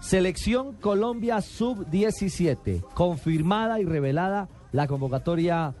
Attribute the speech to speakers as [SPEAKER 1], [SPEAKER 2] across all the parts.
[SPEAKER 1] Selección Colombia Sub-17. Confirmada y revelada la convocatoria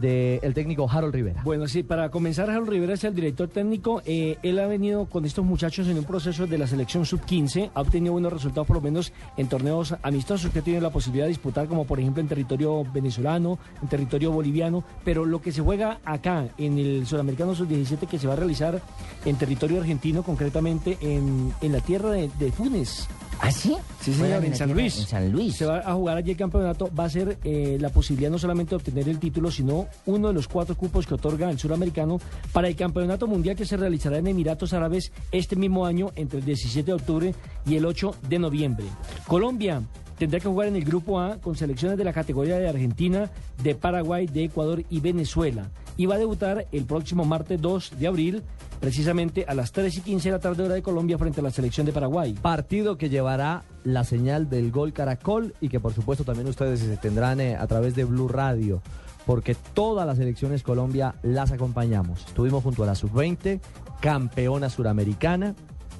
[SPEAKER 1] del técnico Harold Rivera.
[SPEAKER 2] Bueno, sí, para comenzar, Harold Rivera es el director técnico. Eh, él ha venido con estos muchachos en un proceso de la selección sub-15. Ha obtenido buenos resultados, por lo menos en torneos amistosos que ha tenido la posibilidad de disputar, como por ejemplo en territorio venezolano, en territorio boliviano. Pero lo que se juega acá, en el sudamericano sub-17, que se va a realizar en territorio argentino, concretamente en, en la tierra de, de Funes.
[SPEAKER 3] ¿Ah, sí?
[SPEAKER 2] Sí, señor, en San Luis.
[SPEAKER 3] En San Luis.
[SPEAKER 2] Se va a jugar allí el campeonato. Va a ser eh, la posibilidad no solamente de obtener el título, sino uno de los cuatro cupos que otorga el suramericano para el campeonato mundial que se realizará en Emiratos Árabes este mismo año, entre el 17 de octubre y el 8 de noviembre. Colombia tendrá que jugar en el grupo A con selecciones de la categoría de Argentina, de Paraguay, de Ecuador y Venezuela. Y va a debutar el próximo martes 2 de abril, precisamente a las 3 y 15 de la tarde hora de Colombia frente a la selección de Paraguay.
[SPEAKER 1] Partido que llevará la señal del gol Caracol y que por supuesto también ustedes se tendrán eh, a través de Blue Radio. Porque todas las elecciones Colombia las acompañamos. Estuvimos junto a la sub-20, campeona suramericana,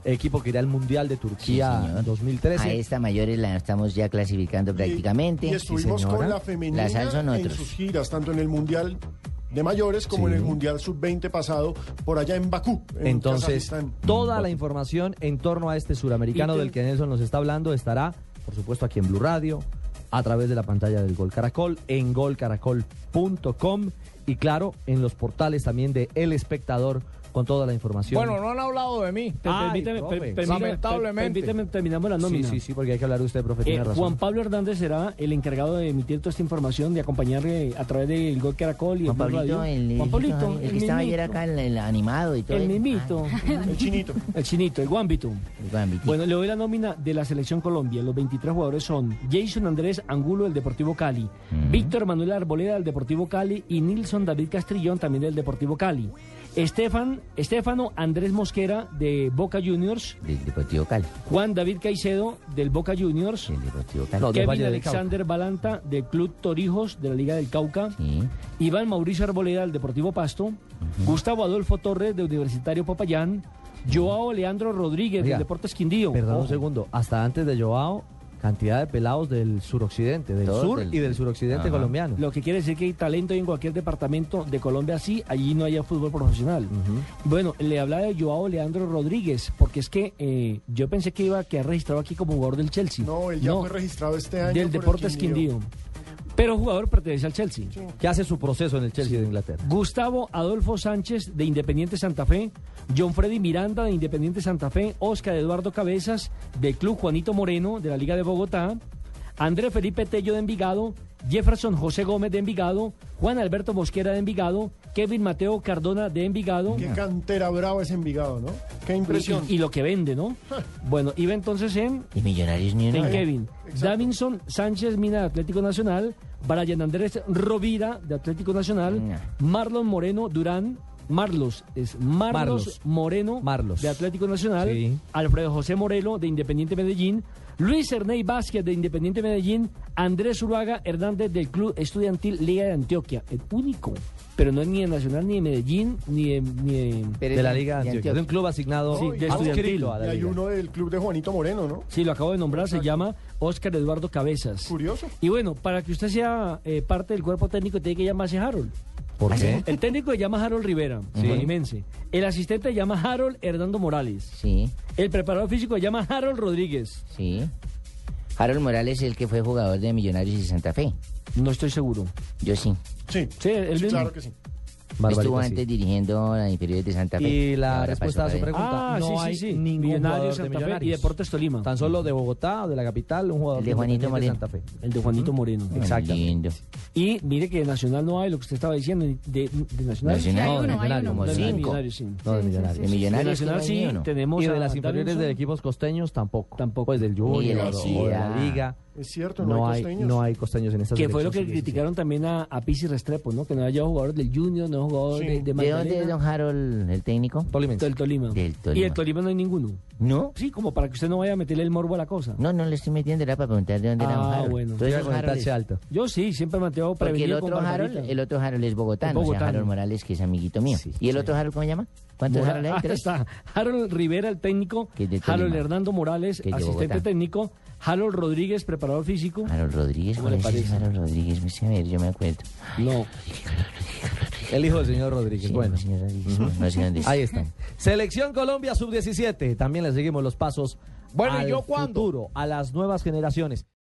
[SPEAKER 1] equipo que irá al Mundial de Turquía
[SPEAKER 3] señor.
[SPEAKER 1] 2013.
[SPEAKER 3] A esta mayores la estamos ya clasificando prácticamente.
[SPEAKER 4] Y estuvimos
[SPEAKER 3] Sí, señora.
[SPEAKER 4] con la femenina
[SPEAKER 3] Las alzan
[SPEAKER 4] en
[SPEAKER 3] otros.
[SPEAKER 4] sus giras, tanto en el Mundial de Mayores como
[SPEAKER 1] Sí.
[SPEAKER 4] en el Mundial Sub-20 pasado, por allá en Bakú. en
[SPEAKER 1] Entonces,
[SPEAKER 4] Kazajistán.
[SPEAKER 1] toda la información en torno a este suramericano
[SPEAKER 2] Y que-
[SPEAKER 1] del que Nelson nos está hablando estará, por supuesto, aquí en Blue Radio, a través de la pantalla del Gol Caracol, en golcaracol.com y, claro, en los portales también de El Espectador con toda la información.
[SPEAKER 5] Bueno, no han hablado de mí.
[SPEAKER 2] Per-
[SPEAKER 1] Ay,
[SPEAKER 2] permíteme,
[SPEAKER 1] profe.
[SPEAKER 2] per- permíteme-
[SPEAKER 5] Lamentablemente.
[SPEAKER 2] per- permíteme, terminamos la
[SPEAKER 1] sí,
[SPEAKER 2] nómina.
[SPEAKER 1] sí, sí, porque hay que hablar de usted, profe,
[SPEAKER 2] Eh,
[SPEAKER 1] tiene razón.
[SPEAKER 2] Juan Pablo Hernández será el encargado de emitir toda esta información, de acompañarle a través del Gol Caracol y
[SPEAKER 3] Juan
[SPEAKER 2] el Blue
[SPEAKER 3] Pablito,
[SPEAKER 2] Radio.
[SPEAKER 3] el,
[SPEAKER 2] Juan Pablito,
[SPEAKER 3] el que estaba ayer
[SPEAKER 2] mismito,
[SPEAKER 3] acá, el, el animado y todo.
[SPEAKER 2] El
[SPEAKER 3] eso.
[SPEAKER 2] mimito,
[SPEAKER 4] El chinito.
[SPEAKER 2] el chinito, el guambito.
[SPEAKER 3] Ah, el Gambitito.
[SPEAKER 2] Bueno, le doy la nómina de la selección Colombia. Los 23 jugadores son Jason Andrés Angulo del Deportivo Cali, Víctor Manuel Arboleda del Deportivo Cali y Nilson David Castrillón también del Deportivo Cali. Estefan, Estefano Andrés Mosquera de Boca Juniors,
[SPEAKER 3] Del Deportivo Cali.
[SPEAKER 2] Juan David Caicedo del Boca Juniors,
[SPEAKER 3] Del Deportivo Cali.
[SPEAKER 1] No, del
[SPEAKER 2] Kevin
[SPEAKER 1] Valle del
[SPEAKER 2] Alexander Balanta del Club Torijos de la Liga del Cauca,
[SPEAKER 3] Sí.
[SPEAKER 2] Iván Mauricio Arboleda del Deportivo Pasto, Gustavo Adolfo Torres del Universitario Popayán, Joao Leandro Rodríguez
[SPEAKER 1] Oiga,
[SPEAKER 2] del Deportes Quindío.
[SPEAKER 1] Perdón un
[SPEAKER 2] Ojo.
[SPEAKER 1] segundo, hasta antes de Joao, cantidad de pelados del suroccidente, del
[SPEAKER 3] Todos
[SPEAKER 1] sur
[SPEAKER 3] del-
[SPEAKER 1] y del suroccidente
[SPEAKER 3] Ajá.
[SPEAKER 1] colombiano.
[SPEAKER 2] Lo que quiere decir que hay talento en cualquier departamento de Colombia, sí, allí no haya fútbol profesional. Bueno, le hablaba de Joao Leandro Rodríguez, porque es que eh, yo pensé que iba a quedar registrado aquí como jugador del Chelsea.
[SPEAKER 4] No, él ya fue registrado este año.
[SPEAKER 2] Del
[SPEAKER 4] por el
[SPEAKER 2] Deportes Quindío. Pero jugador pertenece al Chelsea.
[SPEAKER 1] que hace su proceso en el Chelsea de Inglaterra.
[SPEAKER 2] Gustavo Adolfo Sánchez de Independiente Santa Fe, John Freddy Miranda de Independiente Santa Fe, Oscar Eduardo Cabezas del Club Juanito Moreno de la Liga de Bogotá, André Felipe Tello de Envigado, Jefferson José Gómez de Envigado, Juan Alberto Mosquera de Envigado, Kevin Mateo Cardona de Envigado.
[SPEAKER 4] Qué cantera brava es Envigado, ¿no? Qué impresión.
[SPEAKER 2] Y, y lo que vende, ¿no? Bueno, iba entonces en
[SPEAKER 3] Y Millonarios ni
[SPEAKER 2] en
[SPEAKER 3] uno.
[SPEAKER 2] Kevin. Davinson Sánchez Mina de Atlético Nacional, Brian Andrés Rovira de Atlético Nacional,
[SPEAKER 3] No.
[SPEAKER 2] Marlon Moreno Durán, Marlos, es Marlos,
[SPEAKER 1] Marlos.
[SPEAKER 2] Moreno
[SPEAKER 1] Marlos.
[SPEAKER 2] de Atlético Nacional,
[SPEAKER 1] Sí.
[SPEAKER 2] Alfredo José Morelo de Independiente Medellín, Luis Ernei Vázquez de Independiente Medellín, Andrés Uruaga Hernández del Club Estudiantil Liga de Antioquia, el único, pero no es ni de Nacional, ni de Medellín, ni de... ni de-
[SPEAKER 3] Pero
[SPEAKER 1] de la
[SPEAKER 3] es
[SPEAKER 1] Liga de Antioquia. De un club asignado
[SPEAKER 2] Sí, de
[SPEAKER 1] adscrito
[SPEAKER 2] estudiantil.
[SPEAKER 1] a
[SPEAKER 4] Y
[SPEAKER 1] la
[SPEAKER 4] hay
[SPEAKER 1] liga.
[SPEAKER 4] uno del club de Juanito Moreno, ¿no?
[SPEAKER 2] Sí, lo acabo de nombrar, se llama Óscar Eduardo Cabezas.
[SPEAKER 4] Curioso.
[SPEAKER 2] Y bueno, para que usted sea eh, parte del cuerpo técnico, tiene que llamarse Harold.
[SPEAKER 1] ¿Por qué?
[SPEAKER 2] El técnico se llama Harold Rivera,
[SPEAKER 1] ¿Eh? Sí.
[SPEAKER 2] Tolimense. El asistente se llama Harold Hernando Morales.
[SPEAKER 3] Sí,
[SPEAKER 2] El preparador físico se llama Harold Rodríguez.
[SPEAKER 3] sí. Harold Morales, el que fue jugador de Millonarios y Santa Fe.
[SPEAKER 2] No estoy seguro.
[SPEAKER 3] Yo sí.
[SPEAKER 4] Sí.
[SPEAKER 2] Sí, el
[SPEAKER 4] Sí,
[SPEAKER 2] mismo.
[SPEAKER 4] claro que sí.
[SPEAKER 1] Barbarita,
[SPEAKER 3] Estuvo
[SPEAKER 1] sí.
[SPEAKER 3] antes dirigiendo la inferiores de Santa Fe.
[SPEAKER 1] Y la
[SPEAKER 3] Ahora
[SPEAKER 1] respuesta
[SPEAKER 3] pasó
[SPEAKER 1] a su
[SPEAKER 3] para
[SPEAKER 1] pregunta,
[SPEAKER 2] Ah,
[SPEAKER 1] no
[SPEAKER 2] sí, sí,
[SPEAKER 1] hay
[SPEAKER 2] sí.
[SPEAKER 1] ningún
[SPEAKER 2] Millonarios,
[SPEAKER 1] jugador de
[SPEAKER 2] Santa Fe y
[SPEAKER 1] Millonarios.
[SPEAKER 2] Deportes Tolima.
[SPEAKER 1] Tan solo de Bogotá o de la capital, un jugador
[SPEAKER 3] El de Juanito
[SPEAKER 1] Independiente
[SPEAKER 3] Moreno.
[SPEAKER 1] Santa Fe.
[SPEAKER 2] El de Juanito Moreno.
[SPEAKER 3] Ay,
[SPEAKER 1] Exactamente.
[SPEAKER 3] lindo.
[SPEAKER 2] Y mire que de Nacional no hay lo que usted estaba diciendo. De, de Nacional.
[SPEAKER 3] Nacional,
[SPEAKER 1] No,
[SPEAKER 6] uno,
[SPEAKER 1] de
[SPEAKER 6] hay
[SPEAKER 1] Millonarios,
[SPEAKER 3] uno.
[SPEAKER 2] No,
[SPEAKER 1] de
[SPEAKER 2] de
[SPEAKER 3] Cinco.
[SPEAKER 2] Millonarios, sí.
[SPEAKER 1] No, de Millonarios.
[SPEAKER 3] De
[SPEAKER 2] De
[SPEAKER 3] Millonarios
[SPEAKER 2] Nacional sí
[SPEAKER 3] que no hay ni uno.
[SPEAKER 2] tenemos
[SPEAKER 1] Y de
[SPEAKER 2] a
[SPEAKER 1] las inferiores
[SPEAKER 2] Davinson.
[SPEAKER 1] de equipos costeños tampoco.
[SPEAKER 2] Tampoco.
[SPEAKER 1] Pues del Junior o
[SPEAKER 3] la
[SPEAKER 1] de la
[SPEAKER 3] Liga.
[SPEAKER 1] Liga.
[SPEAKER 4] Es cierto, no,
[SPEAKER 1] No
[SPEAKER 4] hay
[SPEAKER 1] hay,
[SPEAKER 4] costeños.
[SPEAKER 1] no hay costeños en esta
[SPEAKER 2] Que fue lo que
[SPEAKER 1] selección sub-17.
[SPEAKER 2] criticaron también a, a Pizzi Restrepo, ¿no? Que no haya jugadores del Junior, no jugadores
[SPEAKER 4] Sí.
[SPEAKER 2] de, de
[SPEAKER 3] ¿De dónde es
[SPEAKER 2] Magdalena,
[SPEAKER 3] Don Harold, el técnico?
[SPEAKER 1] Tolimense.
[SPEAKER 2] del Tolima.
[SPEAKER 3] Del
[SPEAKER 2] Y
[SPEAKER 3] Tolima.
[SPEAKER 2] del Tolima no hay ninguno.
[SPEAKER 3] ¿No?
[SPEAKER 2] Sí, como para que usted no vaya a meterle el morbo a la cosa.
[SPEAKER 3] No, no le estoy metiendo, era para preguntar de dónde era Don
[SPEAKER 2] Ah,
[SPEAKER 3] Harold.
[SPEAKER 2] bueno.
[SPEAKER 3] Todos
[SPEAKER 1] Llega
[SPEAKER 3] esos
[SPEAKER 1] con el
[SPEAKER 3] Harolds.
[SPEAKER 1] tache alto.
[SPEAKER 2] Yo sí, siempre he mantenido
[SPEAKER 3] Porque el
[SPEAKER 2] prevenido
[SPEAKER 3] otro,
[SPEAKER 2] con
[SPEAKER 3] Harold,
[SPEAKER 2] Barbarita.
[SPEAKER 3] el otro Harold es bogotano,
[SPEAKER 2] Es
[SPEAKER 3] o sea,
[SPEAKER 2] bogotano.
[SPEAKER 3] Harold Morales, que es amiguito mío.
[SPEAKER 1] Sí,
[SPEAKER 3] ¿Y el otro Harold cómo se llama? ¿Cuántos
[SPEAKER 2] Mora-
[SPEAKER 3] Harold hay?
[SPEAKER 2] Ah,
[SPEAKER 3] ¿Tres?
[SPEAKER 2] está. Harold Rivera, el técnico.
[SPEAKER 3] Que es de Tolima.
[SPEAKER 2] Harold Hernando Morales,
[SPEAKER 3] Que es de
[SPEAKER 2] asistente
[SPEAKER 3] Bogotá.
[SPEAKER 2] técnico. Harold Rodríguez, preparador físico.
[SPEAKER 3] Harold Rodríguez,
[SPEAKER 2] ¿Cómo
[SPEAKER 3] ¿cuál
[SPEAKER 2] le
[SPEAKER 3] es ese
[SPEAKER 2] parece?
[SPEAKER 3] Harold Rodríguez? Me sé, A ver, yo me acuerdo.
[SPEAKER 2] No.
[SPEAKER 1] El hijo del señor Rodríguez.
[SPEAKER 3] Sí,
[SPEAKER 1] bueno.
[SPEAKER 3] señor Rodríguez, no sé dónde está.
[SPEAKER 1] Ahí están. Selección Colombia sub-17. También le seguimos los pasos.
[SPEAKER 5] Bueno, ¿y
[SPEAKER 1] al
[SPEAKER 5] yo cuándo?
[SPEAKER 1] futuro, a las nuevas generaciones.